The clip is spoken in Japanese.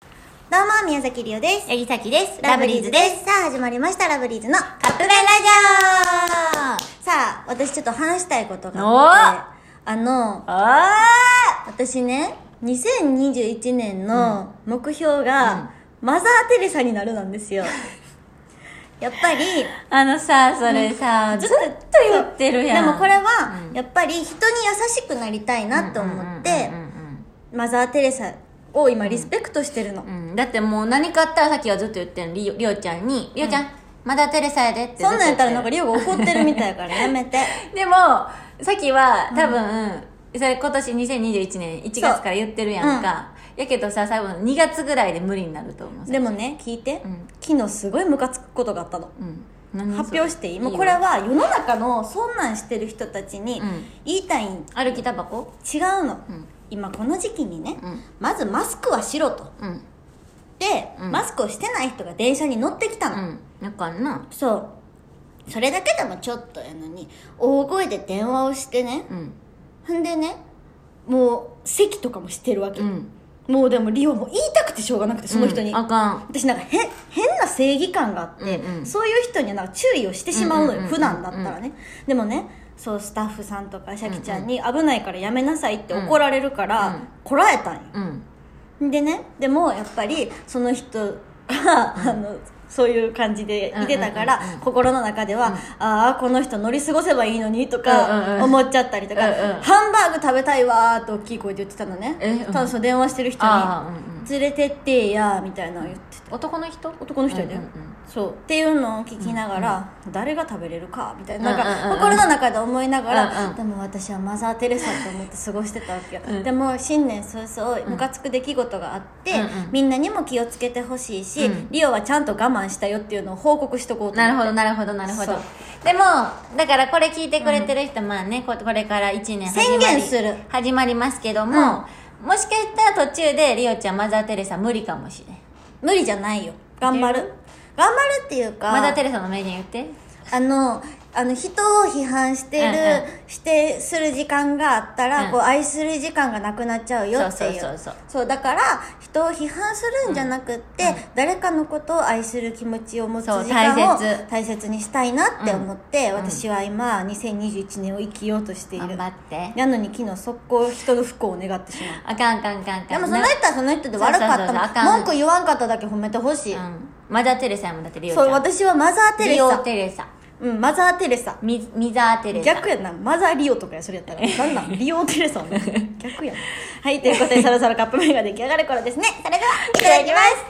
どうも、宮崎りおです。八木崎です。ラブリーズです。さあ、始まりました、ラブリーズのカップ麺ラジオさあ、私ちょっと話したいことがあって、あの、あ私ね、2021年の目標が、マザー・テレサになるなんです よ。やっぱり、ーあのさ、それさ、ずっと言ってるやん。でもこれは、うんやっぱり人に優しくなりたいなと思ってうん、うんマザー・テレサを今リスペクトしてるのうん。うんうんだってもう何かあったらさっきはずっと言ってるのりりょうちゃんに「りょうちゃん、まだテレサやで」ってずっそとんな言んやてったらなんかリオが怒ってるみたいやからやめ て。でもさっきは多分、それ今年2021年1月から言ってるやんか、やけどさ多分2月ぐらいで無理になると思うでもね聞いて、うん昨日すごいムカつくことがあったのうん何それ発表していいもうよこれは世の中のそんなんしてる人たちにうん言いたいん違う歩きタバコの、うん今この時期にね、うんまずマスクはしろとうんで、うんマスクをしてない人が電車に乗ってきたうの、んなんかあんなそうそれだけでもちょっとやのに大声で電話をしてねうんほんでねもう席とかもしてるわけ、うんもうでもリオも言いたくてしょうがなくてその人に、うんあかん私なんか変変な正義感があって、うんうんそういう人にはなんか注意をしてしまうのよ、うんうんうんうん普段だったらねでもねそうスタッフさんとかシャキちゃんに危ないからやめなさいって怒られるから、うんうんこらえたんようんでねでもやっぱりその人が、あのそういう感じでいてたから、うんうんうんうん心の中では、ああこの人乗り過ごせばいいのにとかうんうんうん思っちゃったりとか、うんうんハンバーグ食べたいわーって大きい声で言ってたのえねうんただその電話してる人にああうんうん「連れてってや」みたいなの言ってて男の人男の人やで、うんうんうんそうっていうのを聞きながら、誰が食べれるかみたいなうんうんなうんんうんか心の中で思いながら、うんうんでも私はマザー・テレサと思って過ごしてたわけよ、うんでも新年早々ムカつく出来事があって、うんうんみんなにも気をつけてほしいし、うんリオはちゃんと我慢したよっていうのを報告しとこうと思ってなるほどなるほどなるほそどうでもだからこれ聞いてくれてる人、まあねここれから1年始ま宣り言する始まりますけども、もしかしたら途中でリオちゃんマザー・テレサ無理かもしれん無理じゃないよ頑張る頑張るっていうかマザー・テレサの名言言ってあのあの人を批判してる、うんうん否定する時間があったら、うんこう愛する時間がなくなっちゃうよっていうそうそうそうそうだから人を批判するんじゃなくって、誰かのことを愛する気持ちを持つそう時間を大切大切にしたいなって思って、うん私は今2021年を生きようとしてい頑る張ってなのに昨日速攻人の不幸を願ってしまうあかんあかんあかんあでかんもその人はその人で悪かっそうそうそうそうあたかもんん文句言わんかっただけ褒めてほしい、うん、マザー・テレサやもんだってリオちゃんそう私はマザー・テレリオサテレサうんマザー・テレサミミザー・テレサ逆やなマザーリオとかやそれやっ たらなんなんリオテレサも逆やなはいということでそろそろカップ麺が出来上がる頃ですねそれではいただきます